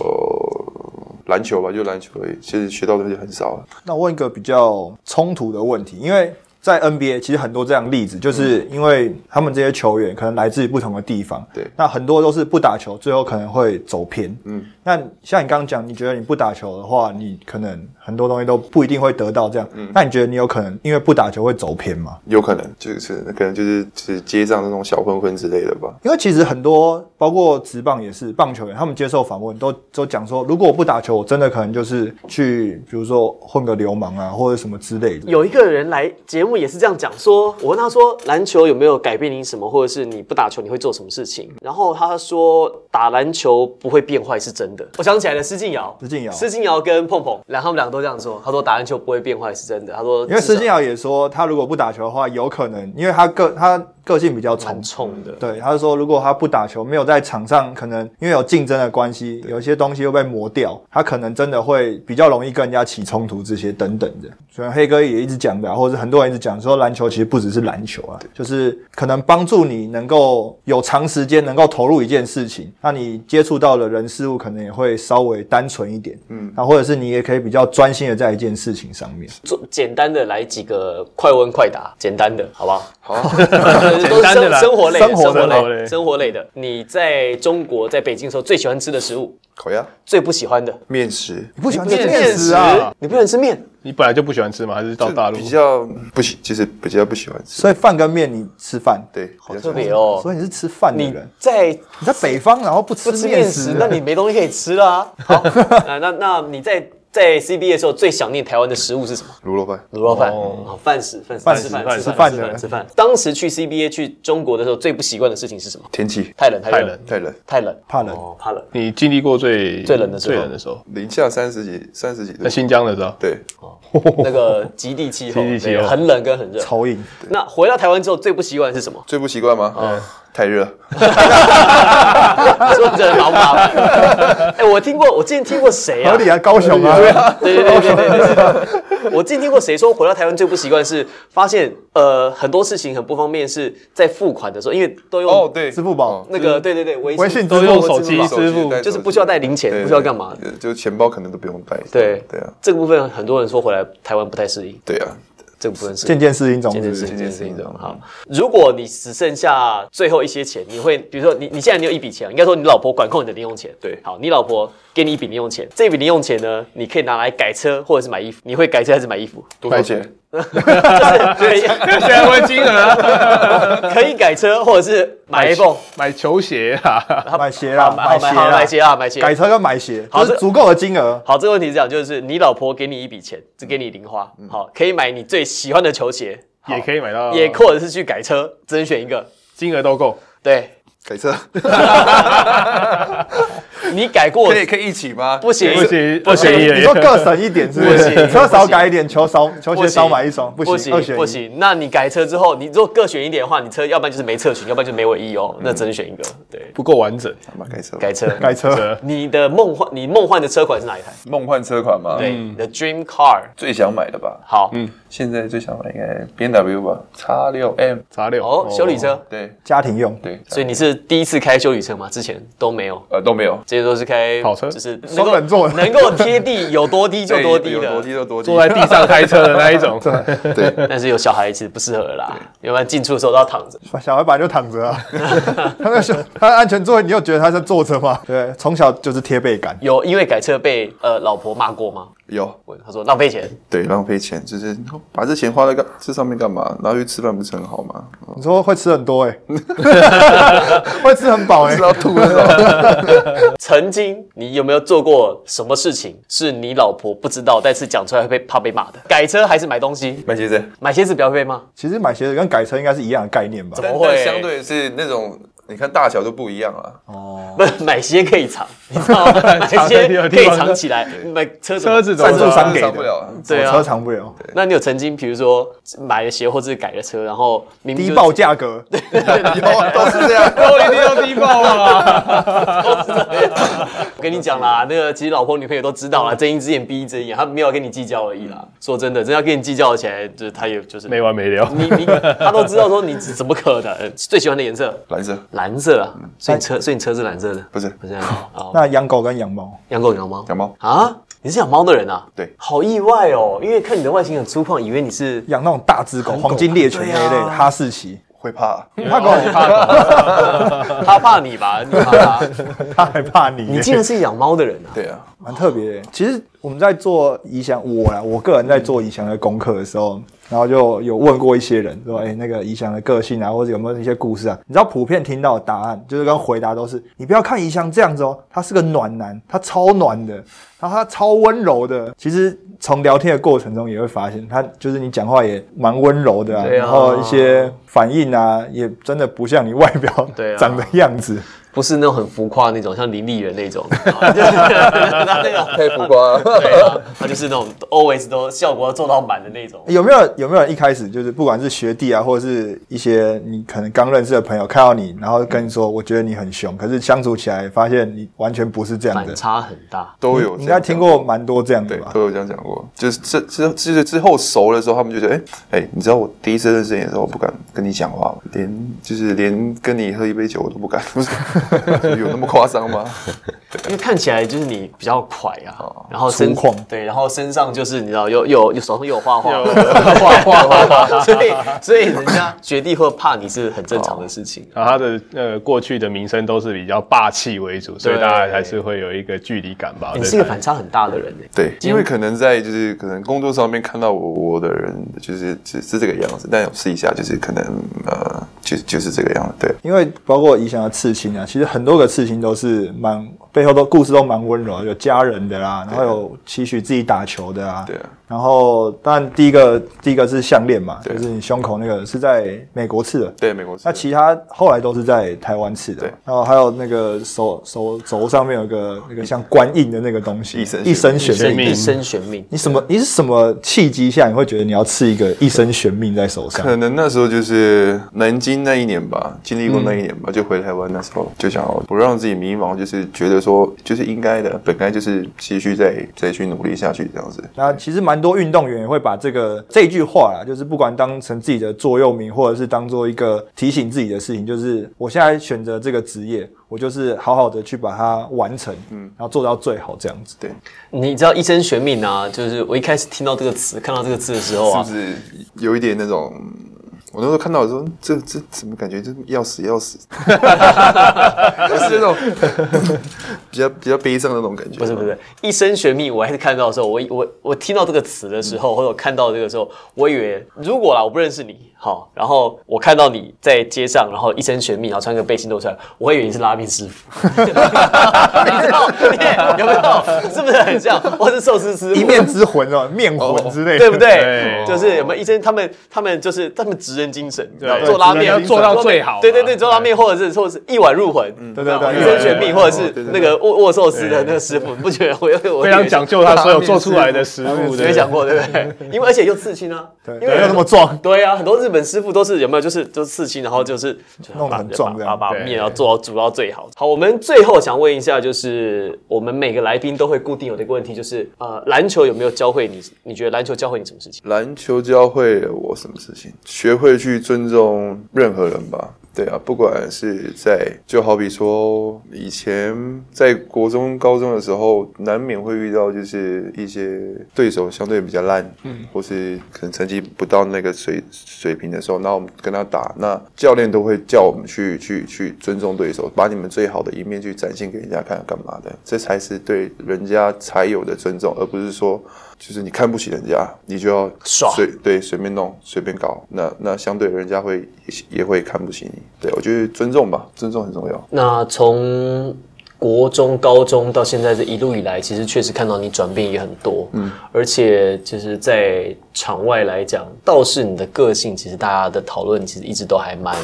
Speaker 1: 篮球吧，就篮球而已，其实学到的东西很少了。
Speaker 3: 那我问一个比较冲突的问题，因为在 NBA 其实很多这样的例子，就是因为他们这些球员可能来自于不同的地方，
Speaker 1: 嗯对
Speaker 3: 那很多都是不打球，最后可能会走偏，嗯
Speaker 1: 嗯。
Speaker 3: 那像你刚刚讲，你觉得你不打球的话，你可能很多东西都不一定会得到这样，
Speaker 1: 嗯
Speaker 3: 那你觉得你有可能因为不打球会走偏吗？
Speaker 1: 有可能就是可能就是就是街上那种小混混之类的吧。
Speaker 3: 因为其实很多，包括职棒也是，棒球员他们接受访问都都讲说，如果我不打球，我真的可能就是去，比如说混个流氓啊，或者什么之类的。
Speaker 2: 有一个人来节目也是这样讲说，我问他说篮球有没有改变你什么，或者是你不打球你会做什么事情？然后他说打篮球不会变坏是真的。 我想起来了，施静瑶，
Speaker 3: 施晋尧
Speaker 2: 施静瑶跟碰碰，然后他们两个都这样说，他说打篮球不会变坏是真的，他说
Speaker 3: 因为
Speaker 2: 至少
Speaker 3: 施晋尧也说，他如果不打球的话，有可能，因为他个他个性比较冲
Speaker 2: 蛮，冲的。
Speaker 3: 对，他就说如果他不打球，没有在场上，可能因为有竞争的关系，有一些东西会被磨掉，他可能真的会比较容易跟人家起冲突，这些等等的。虽然黑哥也一直讲的啊、或者是很多人一直讲说，篮球其实不只是篮球啊，就是可能帮助你能够有长时间能够投入一件事情，那你接触到的人事物可能也会稍微单纯一点，嗯，啊，或者是你也可以比较专心的在一件事情上面。
Speaker 2: 做简单的来几个快问快答，简单的好不好？
Speaker 1: 好，
Speaker 2: 都
Speaker 4: 简
Speaker 2: 是
Speaker 4: 单的
Speaker 2: 生
Speaker 4: 啦
Speaker 2: 生活类的、
Speaker 4: 生
Speaker 2: 生
Speaker 4: 活的
Speaker 2: 活类、
Speaker 4: 啦
Speaker 2: 生活类的。你在中国在北京的时候最喜欢吃的食物，
Speaker 1: 烤鸭、
Speaker 2: 最不喜欢的
Speaker 1: 面食，
Speaker 3: 你不喜欢吃
Speaker 4: 面
Speaker 3: 面食
Speaker 4: 面
Speaker 3: 啊
Speaker 4: 食？
Speaker 2: 你不喜欢吃面，
Speaker 4: 你本来就不喜欢吃吗？还是到大陆
Speaker 1: 就？比较不喜，就是比较不喜欢吃。
Speaker 3: 所以饭跟面你吃饭，
Speaker 1: 对，好
Speaker 2: 特别哦。
Speaker 3: 所以你是吃饭的
Speaker 2: 你
Speaker 3: 人。
Speaker 2: 在
Speaker 3: 你在北方，然后不吃
Speaker 2: 不吃面食，那你没东西可以吃 啦。好，啊那那你在在 CBA 的时候最想念台湾的食物是什么？
Speaker 1: 卤肉饭，
Speaker 2: 卤肉饭，
Speaker 4: 哦
Speaker 2: 好饭食，饭食，
Speaker 3: 饭
Speaker 2: 吃
Speaker 3: 食
Speaker 2: 饭，
Speaker 4: 饭
Speaker 2: 吃
Speaker 4: 食
Speaker 2: 饭，
Speaker 3: 饭
Speaker 2: 吃
Speaker 3: 的
Speaker 2: 饭，吃饭。当时去 CBA 去中国的时候，最不习惯的事情是什么？
Speaker 1: 天气
Speaker 2: 太冷，太
Speaker 4: 太
Speaker 2: 冷
Speaker 4: 冷，
Speaker 1: 太冷，
Speaker 2: 太冷，
Speaker 3: 怕冷
Speaker 2: 哦，怕冷。
Speaker 4: 你经历过最
Speaker 2: 最冷的时候
Speaker 4: 最冷的时候，
Speaker 1: 零下三十几、三十几度
Speaker 4: 在。新疆的时候，
Speaker 1: 对，？
Speaker 3: 哦
Speaker 2: 那个极地气 候，
Speaker 4: 极地气
Speaker 2: 对
Speaker 4: 候
Speaker 2: 很冷跟很热。
Speaker 3: 超硬，
Speaker 2: 那回到台湾之后，最不习惯的是什么
Speaker 1: 最不习惯
Speaker 2: 哦
Speaker 1: 吗？哎太热。
Speaker 2: 你说你这人好不好？哎，我听过，我之前听过谁啊？
Speaker 3: 合理啊，高雄啊，
Speaker 2: 对对对对对对对。 我之前听过谁说回到台湾最不习惯是发现呃很多事情很不方便是在付款的时候，因为都用
Speaker 1: 哦，对，
Speaker 3: 支付宝
Speaker 2: 那个对对对微
Speaker 3: 微信
Speaker 4: 都用手
Speaker 2: 支
Speaker 4: 机
Speaker 2: 付宝
Speaker 1: 手机
Speaker 4: 支付
Speaker 1: 带手机
Speaker 2: 就是不需要带零钱
Speaker 1: 对
Speaker 2: 不需要干嘛，
Speaker 1: 对就钱包可能都不用带。
Speaker 2: 对
Speaker 1: 对啊，
Speaker 2: 这个部分很多人说回来台湾不太适应，
Speaker 1: 对啊，
Speaker 2: 这个部分是
Speaker 3: 件件事情总
Speaker 2: 这件
Speaker 3: 之
Speaker 2: 事情，这
Speaker 1: 这
Speaker 2: 件
Speaker 1: 件
Speaker 2: 事
Speaker 1: 事情
Speaker 2: 情这样好。如果你只剩下最后一些钱，你会比如说你你现在你有一笔钱，应该说你老婆管控你的零用钱，
Speaker 1: 对
Speaker 2: 好，你老婆给你一笔零用钱，这笔零用钱呢，你可以拿来改车或者是买 衣服，你会改车还是买衣服？
Speaker 1: 多少钱？
Speaker 2: 就是可
Speaker 4: 现在会惊人啊！
Speaker 2: 以可以改车或者是买 iPhone，
Speaker 4: 买球鞋啊，
Speaker 3: 买鞋啦，
Speaker 2: 买
Speaker 3: 鞋
Speaker 2: 好买
Speaker 3: 啦，
Speaker 2: 鞋啊，买鞋。
Speaker 3: 改车跟买鞋，
Speaker 2: 好
Speaker 3: 这
Speaker 2: 这
Speaker 3: 是足够的金额。
Speaker 2: 好，这个问题是这样，就是你老婆给你一笔钱，只给你零花，好，可以买你最喜欢的球鞋，好
Speaker 4: 也可以买到，
Speaker 2: 也或者是去改车，只能选一个。
Speaker 4: 金额都够。
Speaker 2: 对
Speaker 1: 改车
Speaker 2: 你改过
Speaker 1: 可以可以一起吗？
Speaker 2: 不行
Speaker 4: 不行，
Speaker 2: 不
Speaker 4: 二选一
Speaker 2: 行
Speaker 4: 而
Speaker 3: 你
Speaker 4: 已
Speaker 3: 说各省一点是不
Speaker 2: 不行
Speaker 3: 是？车
Speaker 2: 不
Speaker 3: 少
Speaker 2: 行
Speaker 3: 改一点，球少球
Speaker 2: 不行
Speaker 3: 鞋少买一双，不行，二选
Speaker 2: 不
Speaker 3: 一。
Speaker 2: 行。那你改车之后，你如果各选一点的话，你车要不然就是没侧裙，要不然就是没尾翼哦，那只能选一个。对，
Speaker 4: 不够完整。
Speaker 1: 好吧，改车吧。
Speaker 2: 改车。
Speaker 3: 改车
Speaker 4: 车
Speaker 2: 你的梦幻，你梦幻的车款是哪一台？
Speaker 1: 梦幻车款嘛，
Speaker 2: 对，你的 dream car。
Speaker 1: 最想买的吧？
Speaker 2: 好，
Speaker 1: 现在最想买应该 B N W 吧，x 六 M。
Speaker 4: 查六
Speaker 2: 哦，修理，车。
Speaker 1: 对
Speaker 3: 家庭用，
Speaker 1: 对，
Speaker 2: 所以你是第一次开修理车吗？之前都没有。
Speaker 1: 呃都没有，
Speaker 2: 这些都是开
Speaker 4: 跑车
Speaker 2: 就是能
Speaker 3: 双人
Speaker 2: 够
Speaker 3: 座的
Speaker 2: 能够贴地，有多低就多低
Speaker 1: 对有多
Speaker 2: 的
Speaker 1: 低。就多低。
Speaker 4: 坐在地上开车的那一种，
Speaker 1: 对，
Speaker 2: 但是有小孩其实不适合啦，要不然进出的时候都要躺着。
Speaker 3: 小孩本来就躺 着啊。他那小他的安全座位，你又觉得他在坐着吗？对，从小就是贴背感。
Speaker 2: 有因为改车被呃老婆骂过吗？
Speaker 1: 有
Speaker 2: 我他说浪费钱，
Speaker 1: 对浪费钱，就是哦把这钱花在干这上面干嘛？然后去吃饭不是很好 吗？
Speaker 3: 你说会吃很多哎，会吃很饱哎
Speaker 2: 啊
Speaker 1: 吃。到吐那 种。
Speaker 2: 曾经你有没有做过什么事情是你老婆不知道，但是讲出来会被怕被骂的？改车还是买东西？
Speaker 1: 买鞋子，
Speaker 2: 买鞋子不要被骂，
Speaker 3: 其实买鞋子跟改车应该是一样的概念吧？
Speaker 2: 么
Speaker 1: 但
Speaker 2: 会
Speaker 1: 但相对是那种。你看大小都不一样啊，
Speaker 2: 不是买鞋可以藏，你知道吗？买鞋可以藏起来，买车怎么
Speaker 4: 车子怎
Speaker 1: 赞
Speaker 4: 么
Speaker 1: 助
Speaker 4: 藏
Speaker 1: 商给不了啊。
Speaker 2: 对
Speaker 3: 我车
Speaker 2: 啊。
Speaker 3: 藏不了，
Speaker 2: 那你有曾经比如说买了鞋或者是改了车，然后明明
Speaker 3: 低
Speaker 2: 就
Speaker 3: 报价格。
Speaker 2: 啊
Speaker 3: 啊
Speaker 1: 有哦都是这样，
Speaker 4: 都一定要低报啊！
Speaker 2: 我跟你讲啦，那个其实老婆女朋友都知道啦，睁一只眼闭一只眼，她没有要跟你计较而已啦。说真的，真要跟你计较起来，就是她也就是
Speaker 4: 没完没了。
Speaker 2: 你你她都知道说你怎么可能最喜欢的颜色
Speaker 1: 蓝色
Speaker 2: 蓝色啊，所以你车所以你车是蓝色的，
Speaker 1: 不是
Speaker 2: 不是啊？哦
Speaker 3: 那养狗跟养猫，
Speaker 2: 养狗养猫
Speaker 1: 养猫，
Speaker 2: 啊？你是养猫的人啊？
Speaker 1: 对
Speaker 2: 好意外哦，因为看你的外形很粗犷，以为你是
Speaker 3: 养那种大只狗，黄金猎犬
Speaker 2: 啊
Speaker 3: 那一类的哈士奇，
Speaker 1: 会怕，啊
Speaker 3: 怕狗，
Speaker 2: 他怕你吧？你怕他？
Speaker 3: 它还怕你
Speaker 2: 你
Speaker 3: 耶，
Speaker 2: 竟然是养猫的人啊？
Speaker 1: 对啊，
Speaker 3: 蛮特别的。其实我们在做怡翔，我啦，我个人在做怡翔的功课的时候，然后就有问过一些人说，哎、那个怡翔的个性啊，或者有没有一些故事啊？你知道普遍听到的答案就是跟回答都是，你不要看怡翔这样子哦，他是个暖男，他超暖的，然后他超温柔的。其实从聊天的过程中也会发现，他就是你讲话也蛮温柔的啊，
Speaker 2: 对啊
Speaker 3: 然后一些反应啊，也真的不像你外表
Speaker 2: 对啊
Speaker 3: 长的样子。
Speaker 2: 不是那种很浮夸那种，像林立人那种，就是他那种
Speaker 1: 太浮夸了。
Speaker 2: 对啊，他就是那种 always 都效果要做到满的那种。
Speaker 3: 有没有有没有人一开始就是不管是学弟啊，或者是一些你可能刚认识的朋友看到你，然后跟你说我觉得你很凶，可是相处起来发现你完全不是这样的
Speaker 2: 反，差很大，
Speaker 1: 都有这
Speaker 3: 你
Speaker 1: 样
Speaker 3: 应该
Speaker 1: 讲
Speaker 3: 听过蛮多这样的
Speaker 1: 对，
Speaker 3: 吧？
Speaker 1: 都有这样讲过。就是这之之之后熟了之后，他们就觉得，哎、哎、你知道我第一次认识你的时候，我不敢跟你讲话，连就是连跟你喝一杯酒我都不敢， 不是有那么夸张 吗？
Speaker 2: 因为看起来就是你比较快啊，然后身
Speaker 3: 粗犷
Speaker 2: 对，然后身上就是你知道有有有手上又有画画，
Speaker 4: 有
Speaker 2: 画画画，所以所以人家学弟会怕你是很正常的事情。
Speaker 4: 然后他的呃过去的名声都是比较霸气为主，所以
Speaker 2: 对
Speaker 4: 大家还是会有一个距离感吧。
Speaker 2: 你
Speaker 4: 哦对
Speaker 2: 是一个
Speaker 4: 他
Speaker 2: 反差很大的人欸
Speaker 1: 对，因为可能在就是可能工作上面看到我我的人就是是是这个样子，但我试一下就是可能呃就就是这个样子，对。
Speaker 3: 因为包括以前的刺青啊，其实很多个刺青都是蛮背后都故事都蛮温柔的，有家人的啦，然后有期许自己打球的啊，
Speaker 1: 啊对啊
Speaker 3: 然后当然第一个第一个是项链嘛，
Speaker 1: 对啊
Speaker 3: 就是你胸口那个是在美国刺的，
Speaker 1: 对美国是
Speaker 3: 那其他后来都是在台湾刺的嘛
Speaker 1: 对，
Speaker 3: 然后还有那个手手肘上面有个那个像官印的那个东西，
Speaker 1: 一生
Speaker 3: 一生
Speaker 1: 悬
Speaker 3: 悬
Speaker 4: 命
Speaker 3: 命。
Speaker 2: 一生悬命。
Speaker 3: 你什么？你是什么契机下你会觉得你要刺一个一生悬命在手上？
Speaker 1: 可能那时候就是南京那一年吧，经历过那一年吧，就回台湾那时候就想要不让自己迷茫，就是觉得说就是应该的，本该就是继续再再去努力下去这样子。
Speaker 3: 那其实蛮多运动员也会把这个这句话啦，就是不管当成自己的座右铭，或者是当做一个提醒自己的事情，就是我现在选择这个职业，我就是好好的去把它完成，嗯，然后做到最好这样子。
Speaker 1: 对，
Speaker 2: 你知道一生悬命啊，就是我一开始听到这个词、看到这个字的时候
Speaker 1: 是
Speaker 2: 啊
Speaker 1: 不，是有一点那种？我那时候看到的时候，这这怎么感觉这要死要 死，就是那种 比较比较悲伤的那种感觉。
Speaker 2: 不是不是，一生悬命，我还是看到的时候，我我我听到这个词的时候，或者我看到这个时候，我以为如果啦，我不认识你，好，然后我看到你在街上，然后一身悬命，然后穿个背心露出来，我会以为你是拉面师傅，你知道有没有？是不是很像？或是寿司师
Speaker 3: 一
Speaker 2: 傅？
Speaker 3: 面之魂哦，面魂之类的，
Speaker 2: 对不对？
Speaker 4: 对
Speaker 2: 就是有没有医生他们他们就是他们职人精神，你知道
Speaker 4: 对
Speaker 2: 做拉面
Speaker 4: 职人精神要做到最好嘛嗯
Speaker 2: 对对对，做拉面或者是或者是一碗入魂，
Speaker 3: 对对对
Speaker 2: 一生悬命，
Speaker 4: 对
Speaker 2: 或者是那个握握寿司的那个师傅，你不觉得 我我我
Speaker 4: 非常讲究他所有做出来的食物
Speaker 2: 没
Speaker 4: 的。
Speaker 2: 想过对不 对？因为而且又刺青啊，
Speaker 3: 对，
Speaker 2: 因
Speaker 3: 不要
Speaker 2: 为
Speaker 3: 那。么壮。
Speaker 2: 对啊，很多日本师傅都是有没有就是就是刺青，然后就是就
Speaker 3: 弄得很壮这
Speaker 2: 把
Speaker 3: 样
Speaker 2: 把把
Speaker 4: 对
Speaker 2: 面要做到煮到最好。好，我们最后想问一下，就是我们每个来宾都会固定有的一个问题，就是呃，篮球有没有教会你？你觉得篮球教会你什么事情？
Speaker 1: 篮球教会了我什么事情？学会去尊重任何人吧。对啊，不管是在，就好比说以前在国中、高中的时候，难免会遇到就是一些对手相对比较烂，嗯，或是可能成绩不到那个水水平的时候，那我们跟他打，那教练都会叫我们去去去尊重对手，把你们最好的一面去展现给人家看，干嘛的？这才是对人家才有的尊重，而不是说就是你看不起人家，你就要
Speaker 2: 耍
Speaker 1: 随对随便弄随便搞，那那相对人家会也也会看不起你。对我觉得尊重吧，尊重很重要。
Speaker 2: 那从国中、高中到现在这一路以来，其实确实看到你转变也很多，嗯，而且就是在场外来讲，倒是你的个性，其实大家的讨论其实一直都还蛮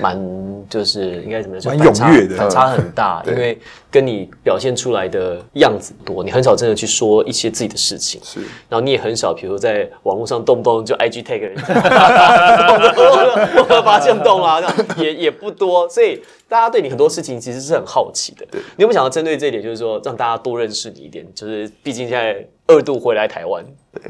Speaker 2: 蛮就是应该怎么说，
Speaker 3: 蛮
Speaker 2: 反差
Speaker 3: 踊跃的嗯
Speaker 2: 反差很大，因为跟你表现出来的样子多，你很少真的去说一些自己的事情，
Speaker 1: 是
Speaker 2: 然后你也很少，比如说在网络上动不动就 IG tag 人家，我我发现动啊啦，这样也也不多，所以大家对你很多事情其实是很好奇的。你有没有想要针对这一点，就是说让大家多认识你一点？就是毕竟现在二度回来台湾，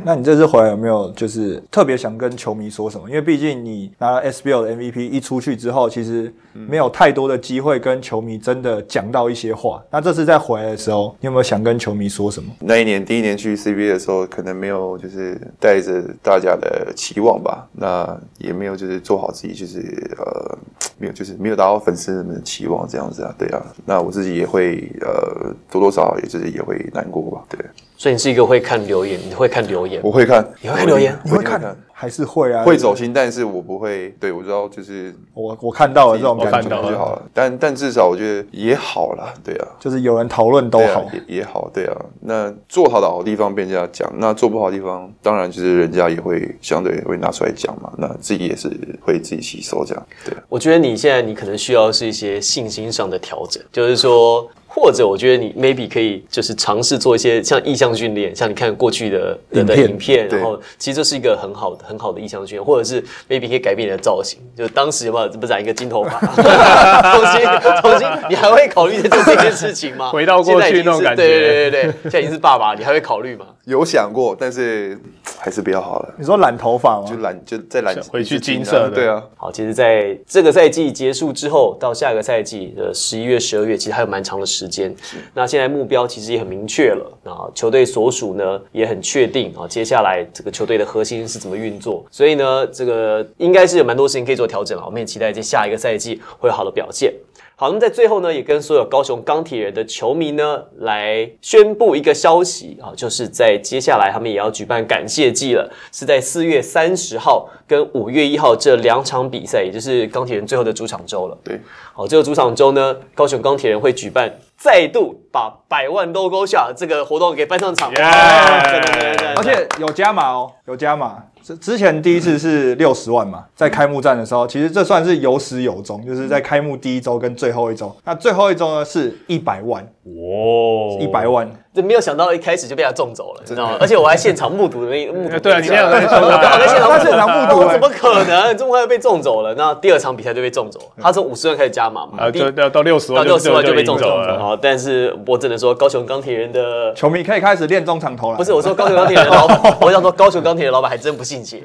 Speaker 3: 那你这次回来有没有就是特别想跟球迷说什么？因为毕竟你拿了 SBL 的 MVP 一出去之后，其实没有太多的机会跟球迷真的讲到一些话。那这次在回来的时候，你有没有想跟球迷说什么？
Speaker 1: 那一年第一年去 CBA 的时候，可能没有就是带着大家的期望吧，那也没有就是做好自己，就是呃没有就是没有达到粉丝们的期望这样子啊，对啊。那我自己也会呃多多少少也就是也会难过吧，对。
Speaker 2: 所以你是一个会看留言，你会看留言，
Speaker 1: 我会看，
Speaker 2: 你会看留言
Speaker 1: 我一定我一定会看，
Speaker 3: 还是会啊，
Speaker 1: 会走心，但是我不会。对我知道，就是
Speaker 3: 我我看到了这种
Speaker 1: 我
Speaker 3: 感
Speaker 1: 看
Speaker 3: 觉，
Speaker 1: 到
Speaker 4: 了
Speaker 1: 就好了。但但至少我觉得也好啦，对啊，
Speaker 3: 就是有人讨论都
Speaker 1: 对啊
Speaker 3: 好，
Speaker 1: 也也好，对啊。那做好的好地方被人家讲，那做不好的地方，当然就是人家也会相对会拿出来讲嘛。那自己也是会自己吸收这样，对啊。
Speaker 2: 我觉得你现在你可能需要是一些信心上的调整，就是说，或者我觉得你 maybe 可以就是尝试做一些像意向训练，像你看过去的的的
Speaker 3: 影片
Speaker 2: 影片，
Speaker 1: 对
Speaker 2: 然后其实这是一个很好的很好的意向训练，或者是 maybe 可以改变你的造型，就是当时有没有不染一个金 头发，重新重新，你还会考虑在做这件事情吗？
Speaker 4: 回到
Speaker 2: 现
Speaker 4: 过去
Speaker 2: 在已经是
Speaker 4: 那种感觉
Speaker 2: 对对对对对，现在已经是爸爸，你还会考虑吗？
Speaker 1: 有想过，但是还是比较好了，
Speaker 3: 你说染头发吗？
Speaker 1: 就懒就再懒
Speaker 4: 回去
Speaker 1: 一次进啊
Speaker 4: 金色的
Speaker 1: 对啊，
Speaker 2: 好，其实在这个赛季结束之后，到下个赛季的十一月、十二月，其实还有蛮长的时间。那现在目标其实也很明确了，啊，球队所属呢也很确定啊，接下来这个球队的核心是怎么运作，所以呢，这个应该是有蛮多事情可以做调整了。我们也期待这下一个赛季会有好的表现。好，那么在最后呢，也跟所有高雄钢铁人的球迷呢来宣布一个消息啊，就是在接下来他们也要举办感谢季了，是在四月三十号跟五月一号这两场比赛，也就是钢铁人最后的主场周了。
Speaker 1: 对，
Speaker 2: 好，这个主场周呢，高雄钢铁人会举办再度把百万 logo 下这个活动给搬上场。
Speaker 4: 耶
Speaker 2: 哇真的真的真的
Speaker 3: 而且有加码哦，有加码。之之前第一次是六十万嘛，在开幕战的时候，其实这算是有始有终，就是在开幕第一周跟最后一周。那最后一周呢是一百万，
Speaker 4: 哦
Speaker 3: 一百万，
Speaker 2: 这没有想到一开始就被他中走了，你知道吗？而且我还现场目睹的那目睹，
Speaker 4: 对啊你现场在现场
Speaker 2: 我刚好在现场
Speaker 3: 他现场目睹欸
Speaker 2: 我怎么可能这么快就被中走了？那第二场比赛就被中走了，他从五十万开始加码嘛，
Speaker 4: 啊，
Speaker 2: 第
Speaker 4: 就到到六十
Speaker 2: 到
Speaker 4: 万
Speaker 2: 六十万就被中走
Speaker 4: 了
Speaker 2: 了。。好，但是我只能说高雄钢铁人的。
Speaker 3: 球迷可以开始练中场投篮。
Speaker 2: 不是我说高雄钢铁人的老板，我想说高雄钢铁人的老板还真不信邪，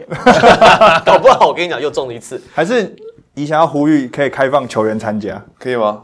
Speaker 2: 搞不好我跟你讲又中了一次。
Speaker 3: 还是你想要呼吁可以开放球员参加？
Speaker 1: 可以吗？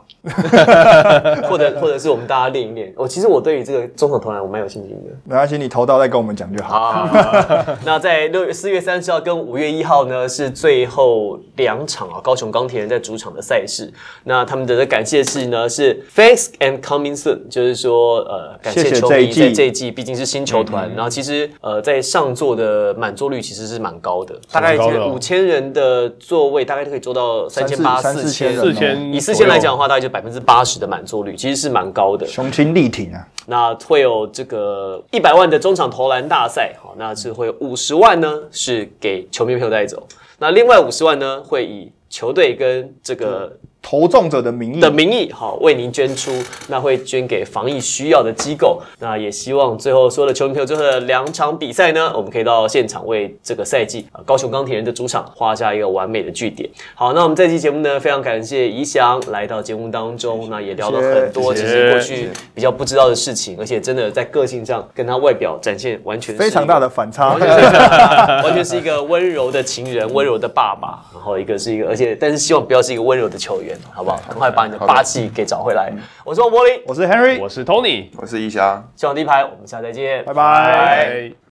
Speaker 2: 或者或者是我们大家练一练。哦我、其实我对于这个中场投篮我蛮有信心的。
Speaker 3: 没关系，你投到再跟我们讲就好。
Speaker 2: 啊， 那在六月四月三十号跟五月一号呢，是最后两场啊，高雄钢铁人在主场的赛事。那他们的感谢是呢是 thanks and coming soon，就是说呃感谢
Speaker 3: 谢谢
Speaker 2: 球
Speaker 3: 这
Speaker 2: 迷
Speaker 3: 一季
Speaker 2: 在这一季毕竟是新球团，然后其实呃在上座的满座率其实是蛮高的，大概
Speaker 4: 蛮高的哦
Speaker 2: 五千人的座位大概就可以做到三千八
Speaker 3: 三
Speaker 2: 四
Speaker 3: 四千
Speaker 2: 千。
Speaker 3: 人哦
Speaker 4: 四千
Speaker 2: 以四千来讲的话，大概就百分之八十的满座率，其实是蛮高的。
Speaker 3: 雄心力挺啊！
Speaker 2: 那会有这个一百万的中场投篮大赛，好，那是会有五十万呢是给球迷朋友带走，那另外五十万呢会以球队跟这个
Speaker 3: 投中者的名义
Speaker 2: 的名义，好为您捐出，那会捐给防疫需要的机构。那也希望最后所有的球迷朋友，最后的两场比赛呢，我们可以到现场为这个赛季啊高雄钢铁人的主场画下一个完美的句点。好，那我们这期节目呢，非常感谢宜翔来到节目当中，那也聊了很多
Speaker 4: 谢
Speaker 2: 其
Speaker 4: 谢
Speaker 2: 实过
Speaker 4: 谢
Speaker 2: 去比较不知道的事情，而且真的在个性上跟他外表展现完全是
Speaker 3: 非常大的反 差。
Speaker 2: 完全是一个温柔的情人，温柔的爸爸，然后一个是一个，而且但是希望不要是一个温柔的球员，好不好？赶快把你的霸气给找回来。我是王柏林，
Speaker 3: 我是 Henry，
Speaker 4: 我是 Tony，
Speaker 1: 我是一霞，
Speaker 2: 希望第一排，我们下次再见，
Speaker 3: 拜拜。
Speaker 4: 拜。